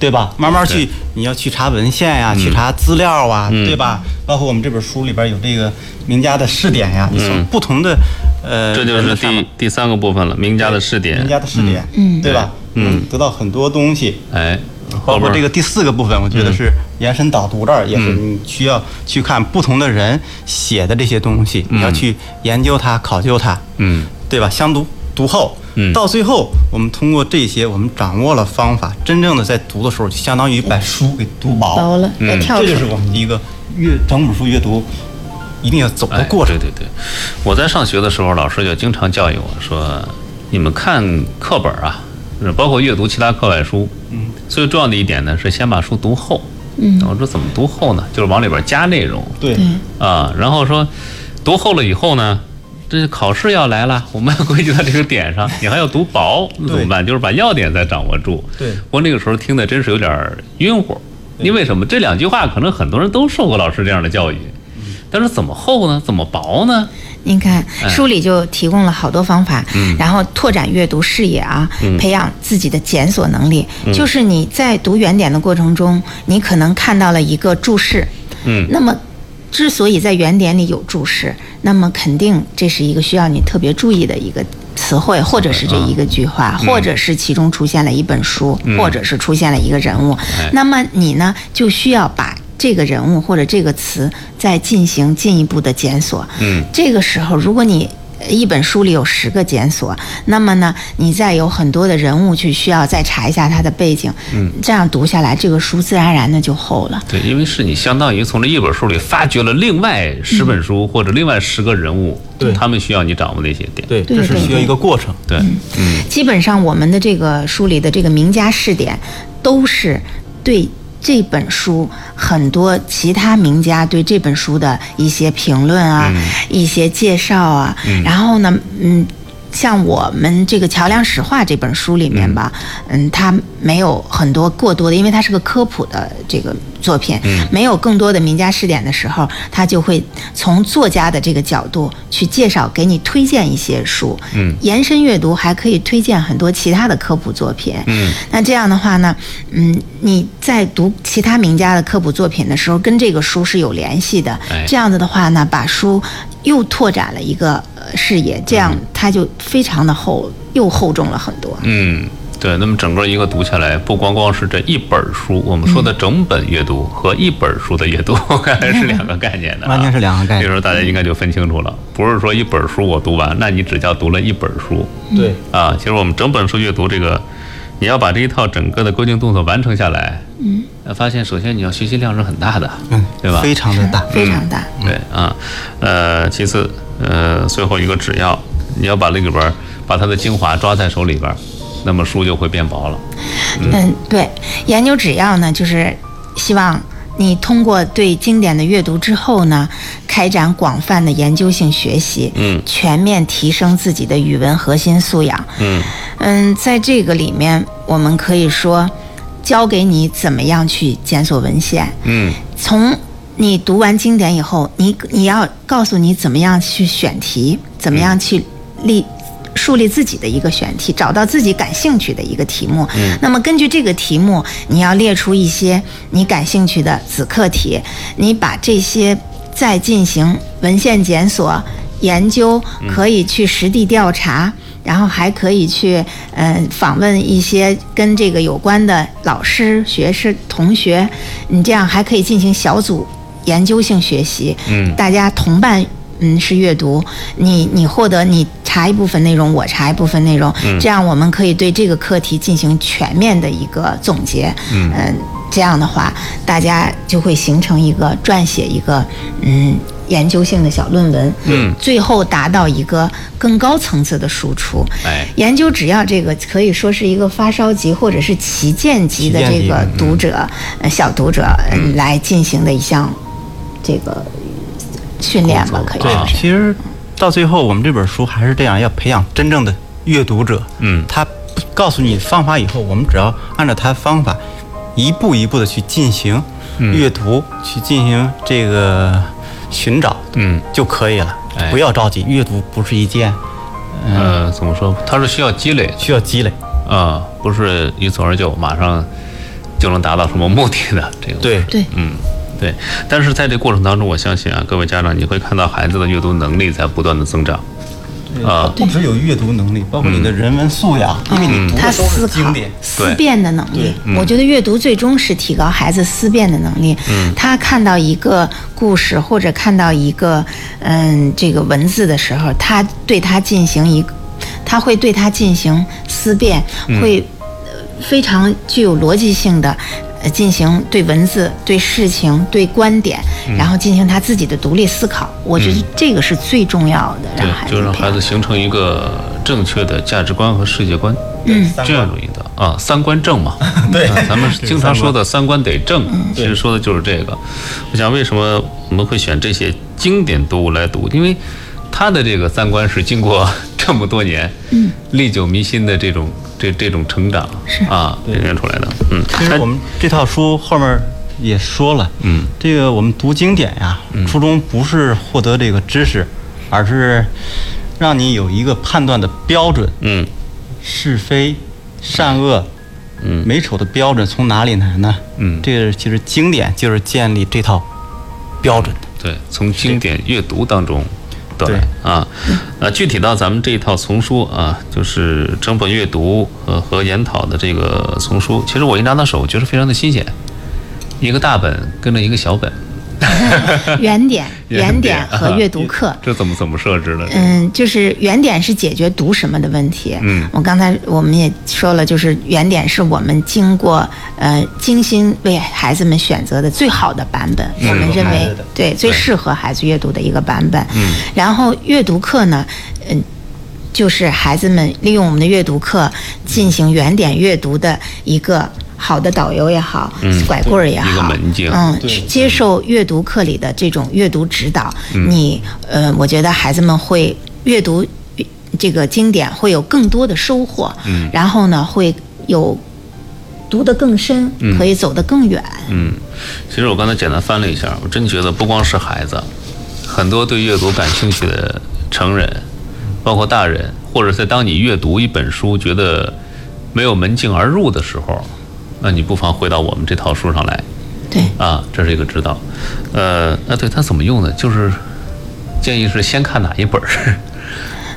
对吧？慢慢
对
去，你要去查文献呀，去查资料啊，
嗯
对吧？包括我们这本书里边有这个名家的试点呀，你从不同的呃，
嗯这就
人
是
的看法
第第三个部分了，名家的试点
名，家的试点，嗯，对吧？
嗯，
得到很多东西。
哎，
嗯包括这
个
个第四个部分，我觉
嗯
得是延伸导读这儿，也是你需要去看不同的人写的这些东西，你要去研究它、考究它，
嗯，
对吧？相读读后，
嗯
到最后我们通过这些，我们掌握了方法，真正的在读的时候，就相当于把书给读薄，
薄了，要跳
嗯
出
这就
来
是我们一个阅整本书阅读一定要走的
哎
过程。
对对对，我在上学的时候，老师就经常教育我说，你们看课本啊，包括阅读其他课外书，嗯，最重要的一点呢是先把书读厚。嗯，我说怎么读厚呢？就是往里边加内容
对
啊，然后说读厚了以后呢。这考试要来了， 我们要归结到这个点 上，你还要读薄，那怎么办？就是把要点再掌握住。
对
我那个时候听的真是有点儿晕乎，因为什么？这两句话可能很多人都受过老师这样的教育，
嗯
但是怎么厚呢？怎么薄呢？
您看，书里就提供了好多方法，然后拓展阅读视野啊，培养自己的检索能力。就是你在读原点的过程中，你可能看到了一个注释，
嗯
那么。之所以在原点里有注释，那么肯定这是一个需要你特别注意的一个词汇，或者是这一个句话，或者是其中出现了一本书，或者是出现了一个人物。那么你呢，就需要把这个人物或者这个词再进行进一步的检索。
嗯，
这个时候，如果你呃一本书里有十个检索，那么呢，你再有很多的人物去需要再查一下他的背景，嗯，这样读下来，这个书自然而然的就厚了。
对，因为是你相当于从这一本书里发掘了另外十本书、或者另外十个人物，
嗯对
他们需要你掌握的一些点。
对，
对
这是
对
需要一个过程。
对，嗯
基本上我们的这个书里的这个名家试点，都是对这本书很多其他名家对这本书的一些评论啊，一些介绍啊，然后呢，嗯。像我们这个《桥梁史话》这本书里面吧，嗯，它没有很多过多的，因为它是个科普的这个作品，没有更多的名家试点的时候，它就会从作家的这个角度去介绍，给你推荐一些书，嗯，延伸阅读还可以推荐很多其他的科普作品，嗯，那这样的话呢，嗯，你在读其他名家的科普作品的时候，跟这个书是有联系的，
哎
这样子的话呢，把书又拓展了一个呃视野，这样它就非常的厚，又厚重了很多。
嗯，对，那么整个一个读下来，不光光是这一本儿书，我们说的整本阅读和一本儿书的阅读 还是两个概念的、啊，
完全是嗯两个概
这时
念。
候大家应该就分清楚了，不是说一本书我读完，那你只叫读了一本书
对，
啊。其实我们整本书阅读这个，你要把这一套整个的规定动作完成下来，嗯，发现首先你要学习量是很大的，
嗯，
对吧？
非常的大。
非常大。
对啊，呃，其次，呃，最后一个只要你要把那里边儿把它的精华抓在手里边儿，那么书就会变薄了。
嗯，对，研究指要呢，就是希望你通过对经典的阅读之后呢，开展广泛的研究性学习，
嗯
全面提升自己的语文核心素养。
嗯
嗯，在这个里面，我们可以说，教给你怎么样去检索文献，
嗯
从你读完经典以后，你你要告诉你怎么样去选题，怎么样去立。树立自己的一个选题，找到自己感兴趣的一个题目。嗯、那么根据这个题目，你要列出一些你感兴趣的子课题，你把这些再进行文献检索、研究，可以去实地调查，然后还可以去呃访问一些跟这个有关的老师、学生、同学，你这样还可以进行小组研究性学习，
嗯
大家同伴。嗯，是阅读，你你获得你查一部分内容，我查一部分内容，这样我们可以对这个课题进行全面的一个总结。嗯、这样的话，大家就会形成一个撰写一个嗯研究性的小论文，
嗯，
最后达到一个更高层次的输出。
哎
研究只要这个可以说是一个发烧级或者是旗舰级的
旗舰
这
级
个
嗯
读者、呃小读者、嗯、来进行的一项这个训练吧，可以
对
说
啊
是。
其实到最后，我们这本书还是这样，要培养真正的阅读者。
嗯
他告诉你方法以后，我们只要按照他的方法，一步一步的去进行
嗯
阅读，去进行这个寻找
嗯，
就可以了
哎。
不要着急，阅读不是一件
呃，怎么说？它是需要积累的
需要积累。
啊、不是一蹴而就，马上就能达到什么目的的。这个
对，
对，
嗯，对。但是在这过程当中，我相信啊，各位家长你会看到孩子的阅读能力在不断的增长。
嗯
啊嗯
不只有阅读能力，包括你的人文素养，因为你读
嗯他
的都
思
是经
考
典。、嗯
思辨的能力。我觉得阅读最终是提高孩子思辨的能力。
嗯
他看到一个故事或者看到一个嗯这个文字的时候，他对他进行一个，他会对他进行思辨，
嗯
会呃非常具有逻辑性的。呃进行对文字、对事情、对观点，
嗯
然后进行他自己的独立思考，我觉得这个是最重要的，让孩
对，
子
就让
培
孩
养
子形成一个正确的价值观和世界观。
嗯
这样容易的啊，三观正 嘛。对，咱们经常说的三观得正，
嗯
其实说的就是这个。我想为什么我们会选这些经典读物来读？因为他的这个三观是经过 这么多年，嗯，历久弥新的这种这这种成长啊，演变出来的。嗯，
其实我们这套书后面也说了，
嗯，
这个我们读经典呀、初衷不是获得这个知识，而是让你有一个判断的标准，
嗯
是非、善恶、
嗯
美丑的标准从哪里来呢？
嗯
这个其实经典就是建立这套标准的。
对，从经典阅读当中得来啊。呃，具体到咱们这一套丛书啊，就是整本阅读和和研讨的这个丛书，其实我一拿到手，我觉得非常的新鲜，一个大本跟着一个小本，
原 点、
原点
原点
啊
和阅读课。
这怎么怎么设置的？
嗯，就是原点是解决读什么的问题。
嗯
我刚才我们也说了，就是原点是我们经过呃精心为孩子们选择的最好的版本，
嗯
我们认
适合孩
为
子的
对最适合孩子阅读的一个版本。嗯，然后阅读课呢，嗯、就是孩子们利用我们的阅读课进行原点阅读的一个好的导游也好，拐棍儿也好，
嗯一个门径
嗯，
对
去接受阅读课里的这种阅读指导，
嗯
你呃，我觉得孩子们会阅读这个经典会有更多的收获，嗯，然后呢会有读得更深，可以走得更远，
嗯，其实我刚才简单翻了一下，我真觉得不光是孩子，很多对阅读感兴趣的成人，包括大人，或者在当你阅读一本书觉得没有门径而入的时候，那你不妨回到我们这套书上来
对，
啊，这是一个指导。呃，那对它怎么用呢？就是建议是先看哪一本儿？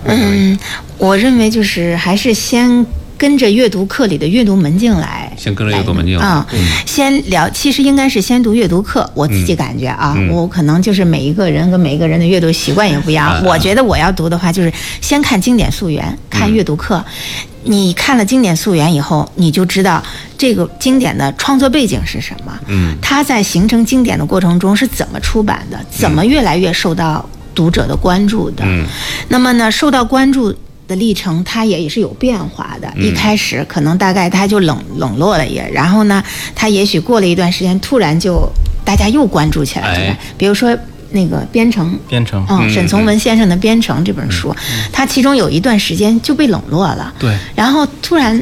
嗯，我认为就是还是先跟着阅读课里的阅读门径来。
先跟着阅读门径
啊、嗯，先聊，其实应该是先读阅读课。我自己感觉啊，
嗯嗯
我可能就是每一个人跟每一个人的阅读习惯也不一样。
啊
我觉得我要读的话，就是先看经典溯源，看阅读课。
嗯
你看了经典溯源以后，你就知道这个经典的创作背景是什么。
嗯，
它在形成经典的过程中是怎么出版的，怎么越来越受到读者的关注的。
嗯
那么呢，受到关注。的历程，它也也是有变化的。一开始可能大概它就冷冷落了也，然后呢，它也许过了一段时间，突然就大家又关注起来了。
哎
比如说那个编程，
编程，
嗯，沈从文先生的《编程》这本书，它其中有一段时间就被冷落了。
对，
然后突然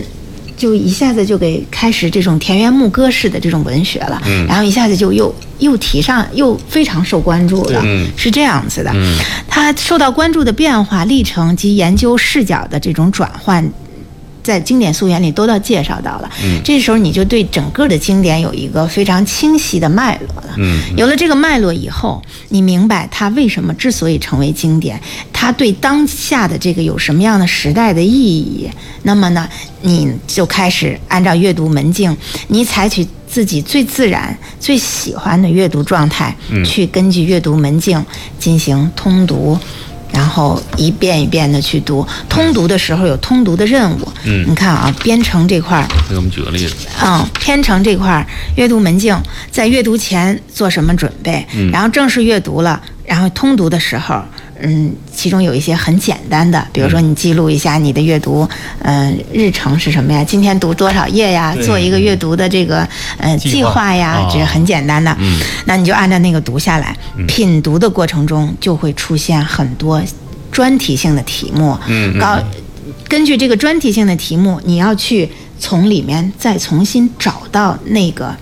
就一下子就给开始这种田园牧歌式的这种文学了，然后一下子就又又提上，又非常受关注了，
嗯
是这样子的。他受到关注的变化历程及研究视角的这种转换。在经典溯源里都到介绍到了，这时候你就对整个的经典有一个非常清晰的脉络了。
嗯
有了这个脉络以后，你明白它为什么之所以成为经典，它对当下的这个有什么样的时代的意义。那么呢，你就开始按照阅读门径，你采取自己最自然、最喜欢的阅读状态，
嗯
去根据阅读门径进行通读。然后一遍一遍的去读，通读的时候有通读的任务。
嗯
你看啊，编程这块儿，
给我们举个例子。
嗯，编程这块儿，阅读门径在阅读前做什么准备？
嗯
然后正式阅读了，然后通读的时候，嗯，其中有一些很简单的，比如
嗯
说你记录一下你的阅读，嗯、日程是什么呀？今天读多少页呀？
对
做一个阅读的这个呃
计
计
划
划呀，
哦嗯
这是很简单的。那你就按照那个读下来，品读的过程中就会出现很多专题性的题目，
嗯嗯
高根据这个专题性的题目，你要去从里面再重新找到那个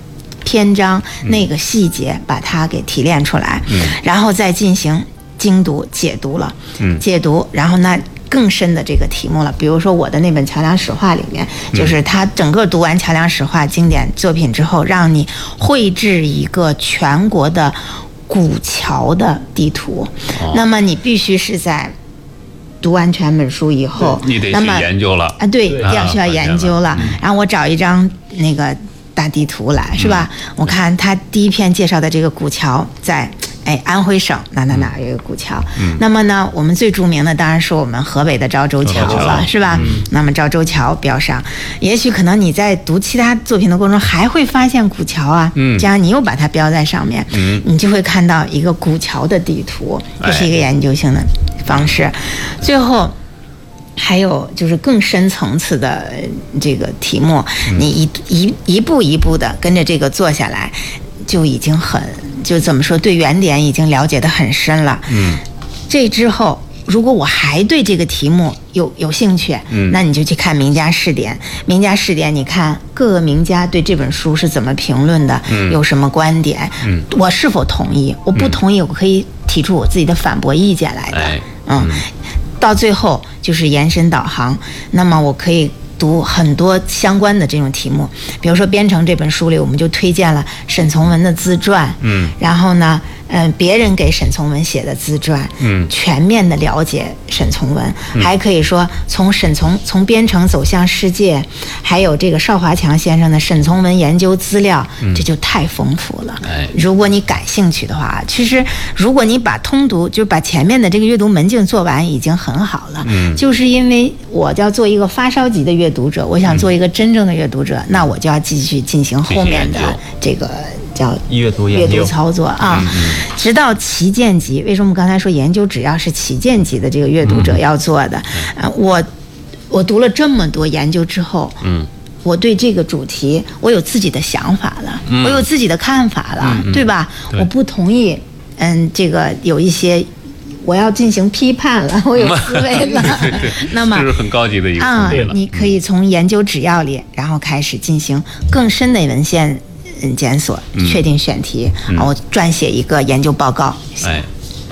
篇章、
嗯
那个细节，把它给提炼出来，然后再进行精读、解读了。
嗯
解读，然后那更深的这个题目了。比如说我的那本《桥梁史话》里面，就是他整个读完《桥梁史话》经典作品之后，让你绘制一个全国的古桥的地图。那么你必须是在读完全本书以后，
你得
那
去
么
研究了，
啊，对，
对
这样需要
啊
研究了。然后我找一张那个大地图来，是吧？
嗯
我看他第一篇介绍的这个古桥在。哎，安徽省哪哪
嗯
哪有一个古桥？那么呢，我们最著名的当然是我们河北的赵州桥
赵州
了
桥，嗯
是吧？那么赵州桥标上，也许可能你在读其他作品的过程中还会发现古桥啊，
嗯
这样你又把它标在上面，
嗯
你就会看到一个古桥的地图，这是
哎
一个研究性的方式。最后。还有就是更深层次的呃这个题目，你一一一步一步的跟着这个做下来，就已经很就怎么说，对原点已经了解的很深了。
嗯，
这之后，如果我还对这个题目有有兴趣，
嗯
那你就去看名家试点。名家试点，你看各个名家对这本书是怎么评论的，有什么观点，嗯，我是否同意？我不同意，我可以提出我自己的反驳意见来的。
哎，
嗯，到最后就是延伸导航。那么我可以读很多相关的这种题目，比如说《编程》这本书里，我们就推荐了沈从文的自传，
嗯，
然后呢，嗯、别人给沈从文写的自传，
嗯
全面的了解沈从文，还可以说从沈从从《编程》走向世界，还有这个邵华强先生的沈从文研究资料，这就太丰富了。
嗯哎
如果你感兴趣的话，其实如果你把通读，就是把前面的这个阅读门径做完，已经很好了。嗯，就是因为我要做一个发烧级的阅读者，我想做一个真正的阅读者，那我就要嗯继续进行后面
进
的
行研究
这个叫
阅读
阅
研
读
究，
操作啊，
嗯
直到旗舰级。为什么我们刚才说研究只要是旗舰级的这个阅读
嗯
者要做的？啊，我我读了这么多研究之后，
嗯，
我对这个主题我有自己的想法了，我有自己的看法了，对吧？
嗯对
我不同意，嗯，这个有一些。我要进行批判了，我有思维了。那么
这是很高级的一个
啊
层面，了。
你可以从研究纸要里，然后开始进行更深的文献嗯检索，确定选题，啊，我撰写一个研究报告。
嗯哎，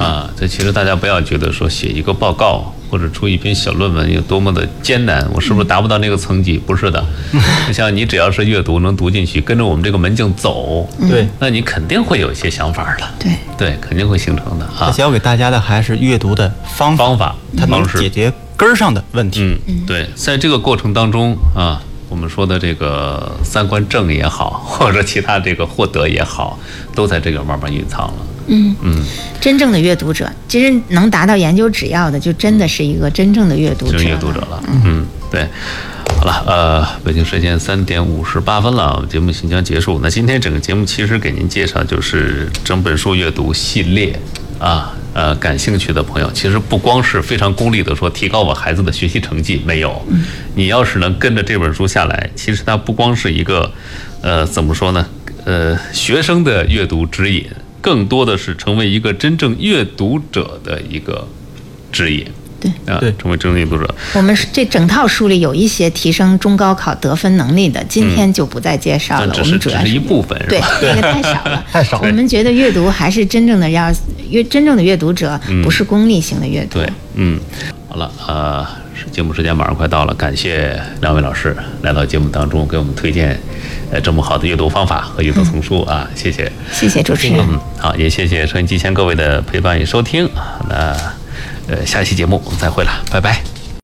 啊，这其实大家不要觉得说写一个报告或者出一篇小论文有多么的艰难，我
嗯
是不是达不到那个层级？不是 的，就像你只要是阅读能读进去，跟着我们这个门径走，
嗯
对。
那你肯定会有一些想法的，
对，
对，肯定会形成的
他
啊。
教给大家的还是阅读的方法，
方法
它能
方式
解决根儿上的问题。
嗯，对，在这个过程当中啊，我们说的这个三观正也好，或者其他这个获得也好，都在这个慢慢隐藏了。
嗯嗯，真正的阅读者，其实能达到研究指要的，就真的是一个真正的阅读者
就是
了。
阅读者了。嗯，对。好了，呃，北京时间三点五十八分了，我们节目即将结束。那今天整个节目其实给您介绍就是整本书阅读系列啊，呃，感兴趣的朋友，其实不光是非常功利的说提高我孩子的学习成绩没有，你要是能跟着这本书下来，其实它不光是一个，呃，怎么说呢？呃，学生的阅读指引，更多的是成为一个真正阅读者的一个指引。
对
啊，
对
成为真正阅读者。
我们是这整套书里有一些提升中高考得分能力的，今天就不再介绍
但
了。
只
啊
嗯
我
是
们主
只
要
是一部分，是
对
吧？
那个太少 了，
太少了
我们觉得阅读还是真正的要阅真正的阅读者，不是功利型的阅读。
嗯对，嗯，好了，呃，是节目时间马上快到了，感谢两位老师来到节目当中给我们推荐，呃，这么好的阅读方法和阅
嗯
读丛书啊，谢谢。
谢谢主持人。
嗯，好，也谢谢收音机前各位的陪伴与收听啊，那呃，下期节目我们再会了，拜拜。